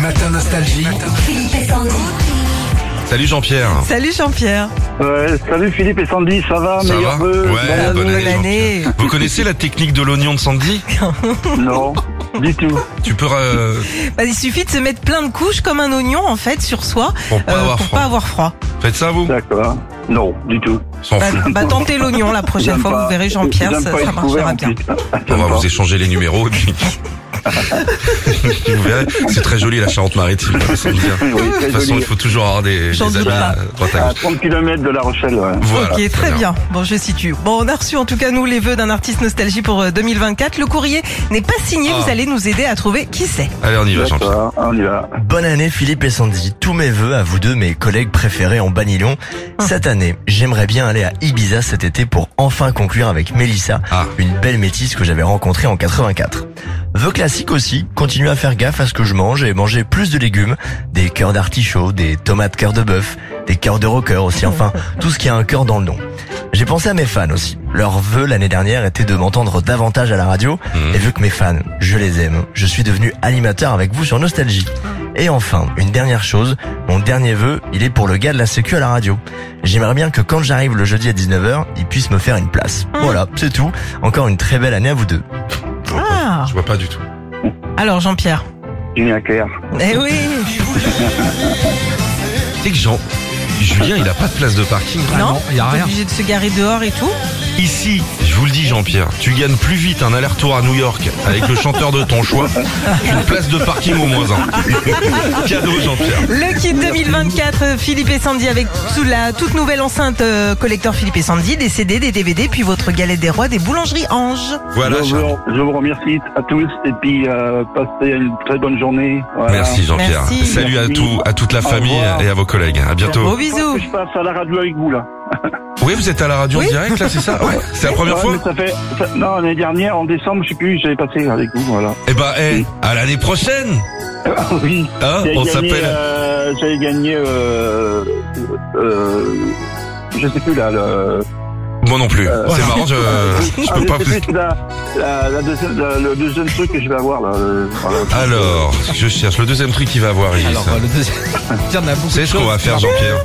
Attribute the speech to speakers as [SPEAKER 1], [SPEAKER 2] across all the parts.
[SPEAKER 1] Matin Nostalgie.
[SPEAKER 2] Philippe et Sandy.
[SPEAKER 3] Salut Jean-Pierre.
[SPEAKER 4] Salut Jean-Pierre.
[SPEAKER 5] Ouais, Euh, salut Philippe et Sandy, ça va
[SPEAKER 3] Ça
[SPEAKER 5] Meilleur
[SPEAKER 3] va
[SPEAKER 5] vœu
[SPEAKER 3] Ouais, Ah, bonne année. Jean-Pierre.
[SPEAKER 4] Euh, année.
[SPEAKER 3] Vous connaissez la technique de l'oignon de Sandy
[SPEAKER 5] Bon, Non, du tout.
[SPEAKER 3] Tu peux euh,
[SPEAKER 4] Bah, il suffit de se mettre plein de couches comme un oignon en fait sur soi
[SPEAKER 3] pour pas
[SPEAKER 4] euh,
[SPEAKER 3] avoir
[SPEAKER 4] pour
[SPEAKER 3] froid.
[SPEAKER 4] pas avoir froid.
[SPEAKER 3] Faites ça vous
[SPEAKER 5] D'accord. Non, du tout.
[SPEAKER 3] S'en
[SPEAKER 4] Bah,
[SPEAKER 3] fout.
[SPEAKER 4] bah, tentez l'oignon la prochaine
[SPEAKER 5] J'aime
[SPEAKER 4] fois,
[SPEAKER 5] pas-
[SPEAKER 4] vous verrez Jean-Pierre,
[SPEAKER 5] j'aime
[SPEAKER 4] ça,
[SPEAKER 5] pas
[SPEAKER 4] ça
[SPEAKER 5] être couvert,
[SPEAKER 4] marchera
[SPEAKER 5] en
[SPEAKER 4] bien.
[SPEAKER 5] plus.
[SPEAKER 3] On
[SPEAKER 5] J'aime
[SPEAKER 3] va
[SPEAKER 5] pas.
[SPEAKER 3] vous échanger les numéros et puis. vous verrez, c'est très joli la Charente-Maritime. ça me vient.
[SPEAKER 5] Oui,
[SPEAKER 3] De
[SPEAKER 5] très
[SPEAKER 3] toute façon,
[SPEAKER 5] joli.
[SPEAKER 3] il faut toujours avoir des,
[SPEAKER 4] J'en
[SPEAKER 3] des
[SPEAKER 4] doute
[SPEAKER 3] amis
[SPEAKER 4] pas.
[SPEAKER 3] à droite à
[SPEAKER 5] À
[SPEAKER 3] gauche.
[SPEAKER 5] 30 km de La Rochelle, ouais.
[SPEAKER 3] Voilà.
[SPEAKER 4] ok, très bien. Bon, je situe. Bon, on a reçu en tout cas nous les vœux d'un artiste nostalgie pour euh, 2024. Le courrier n'est pas signé,
[SPEAKER 3] Ah.
[SPEAKER 4] vous allez nous aider à trouver qui c'est.
[SPEAKER 3] Allez, on y va, Jean-Pierre.
[SPEAKER 5] D'accord, on y va.
[SPEAKER 6] Bonne année Philippe et Sandy, tous mes vœux à vous deux, mes collègues préférés en Banilon. Cette année, j'aimerais bien aller à Ibiza cet été pour enfin conclure avec Mélissa,
[SPEAKER 3] Ah.
[SPEAKER 6] une belle métisse que j'avais rencontrée en 84. Vœu classique aussi, continuer à faire gaffe à ce que je mange et manger plus de légumes, des cœurs d'artichaut, des tomates cœur de bœuf, des cœurs de rocker aussi, enfin tout ce qui a un cœur dans le nom. J'ai pensé à mes fans aussi. Leur vœu l'année dernière était de m'entendre davantage à la radio,
[SPEAKER 3] Mhm.
[SPEAKER 6] et vu que mes fans, je les aime, je suis devenu animateur avec vous sur Nostalgie. Et enfin, une dernière chose, mon dernier vœu, il est pour le gars de la sécu à la radio. J'aimerais bien que quand j'arrive le jeudi à 19h, il puisse me faire une place. Voilà, c'est tout. Encore une très belle année à vous deux.
[SPEAKER 4] Ah.
[SPEAKER 3] Je vois pas du tout.
[SPEAKER 4] Alors Jean-Pierre.
[SPEAKER 5] Julien Clerc.
[SPEAKER 4] Eh oui.
[SPEAKER 3] Tu sais que Jean. Julien, il a pas de place de parking.
[SPEAKER 4] non,
[SPEAKER 1] Ah, y a
[SPEAKER 4] T'es
[SPEAKER 1] rien.
[SPEAKER 4] Obligé de se garer dehors et tout.
[SPEAKER 3] Ici, je vous le dis Jean-Pierre, tu gagnes plus vite un aller-retour à New York avec le chanteur de ton choix qu'une place de parking au moins un. Cadeau Jean-Pierre.
[SPEAKER 4] Le kit 2024, euh, Philippe et Sandy avec sous la toute nouvelle enceinte euh, collector Philippe et Sandy, des CD, des DVD, puis votre galette des rois des boulangeries Ange.
[SPEAKER 3] Voilà.
[SPEAKER 5] je,
[SPEAKER 3] Charles.
[SPEAKER 5] vous, je vous remercie à tous et puis euh, passez une très bonne journée. Voilà.
[SPEAKER 3] Merci Jean-Pierre.
[SPEAKER 4] Merci.
[SPEAKER 3] Salut à
[SPEAKER 5] Merci.
[SPEAKER 3] tout, à toute la
[SPEAKER 5] Au
[SPEAKER 3] famille
[SPEAKER 5] revoir.
[SPEAKER 3] et à vos collègues. À
[SPEAKER 4] Gros
[SPEAKER 3] bientôt.
[SPEAKER 5] Je pense
[SPEAKER 4] bisous.
[SPEAKER 5] que je passe à la radio avec vous là.
[SPEAKER 3] Oui, vous êtes à la radio en
[SPEAKER 4] Oui.
[SPEAKER 3] direct là, c'est ça Ouais. C'est la première
[SPEAKER 5] Ouais,
[SPEAKER 3] fois
[SPEAKER 5] mais ça fait, ça- non, l'année dernière, en décembre, je sais plus, j'avais passé avec vous, voilà.
[SPEAKER 3] Eh ben, eh, à l'année prochaine.
[SPEAKER 5] oui.
[SPEAKER 3] Hein
[SPEAKER 5] J'avais
[SPEAKER 3] On
[SPEAKER 5] gagné,
[SPEAKER 3] s'appelle.
[SPEAKER 5] euh, J'avais gagné. Euh, euh, je sais plus là. Le,
[SPEAKER 3] Moi non plus.
[SPEAKER 5] Euh,
[SPEAKER 3] C'est marrant, je, Euh, je
[SPEAKER 5] Ah,
[SPEAKER 3] peux
[SPEAKER 5] je
[SPEAKER 3] pas.
[SPEAKER 5] sais plus, c'est la, la, la deuxième, la- le deuxième truc que je vais avoir là. le- voilà.
[SPEAKER 3] Ah, Alors, je cherche le deuxième truc qu'il va avoir. Régis.
[SPEAKER 1] Alors, euh, le deuxième. Tiens, on a beaucoup
[SPEAKER 3] C'est
[SPEAKER 1] de
[SPEAKER 3] ce qu'on
[SPEAKER 1] choses.
[SPEAKER 3] va faire, Jean-Pierre.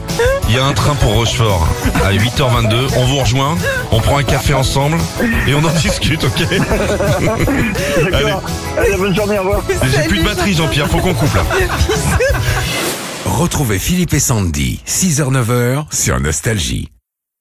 [SPEAKER 3] Il y a un train pour Rochefort à 8h22. On vous rejoint, on prend un café ensemble et on en discute, ok Allez,
[SPEAKER 5] D'accord. Allez, bonne journée, au revoir.
[SPEAKER 3] j'ai plus de batterie, Jean-Pierre. Faut qu'on coupe là.
[SPEAKER 1] Retrouvez Philippe et Sandy, 6h-9h sur Nostalgie.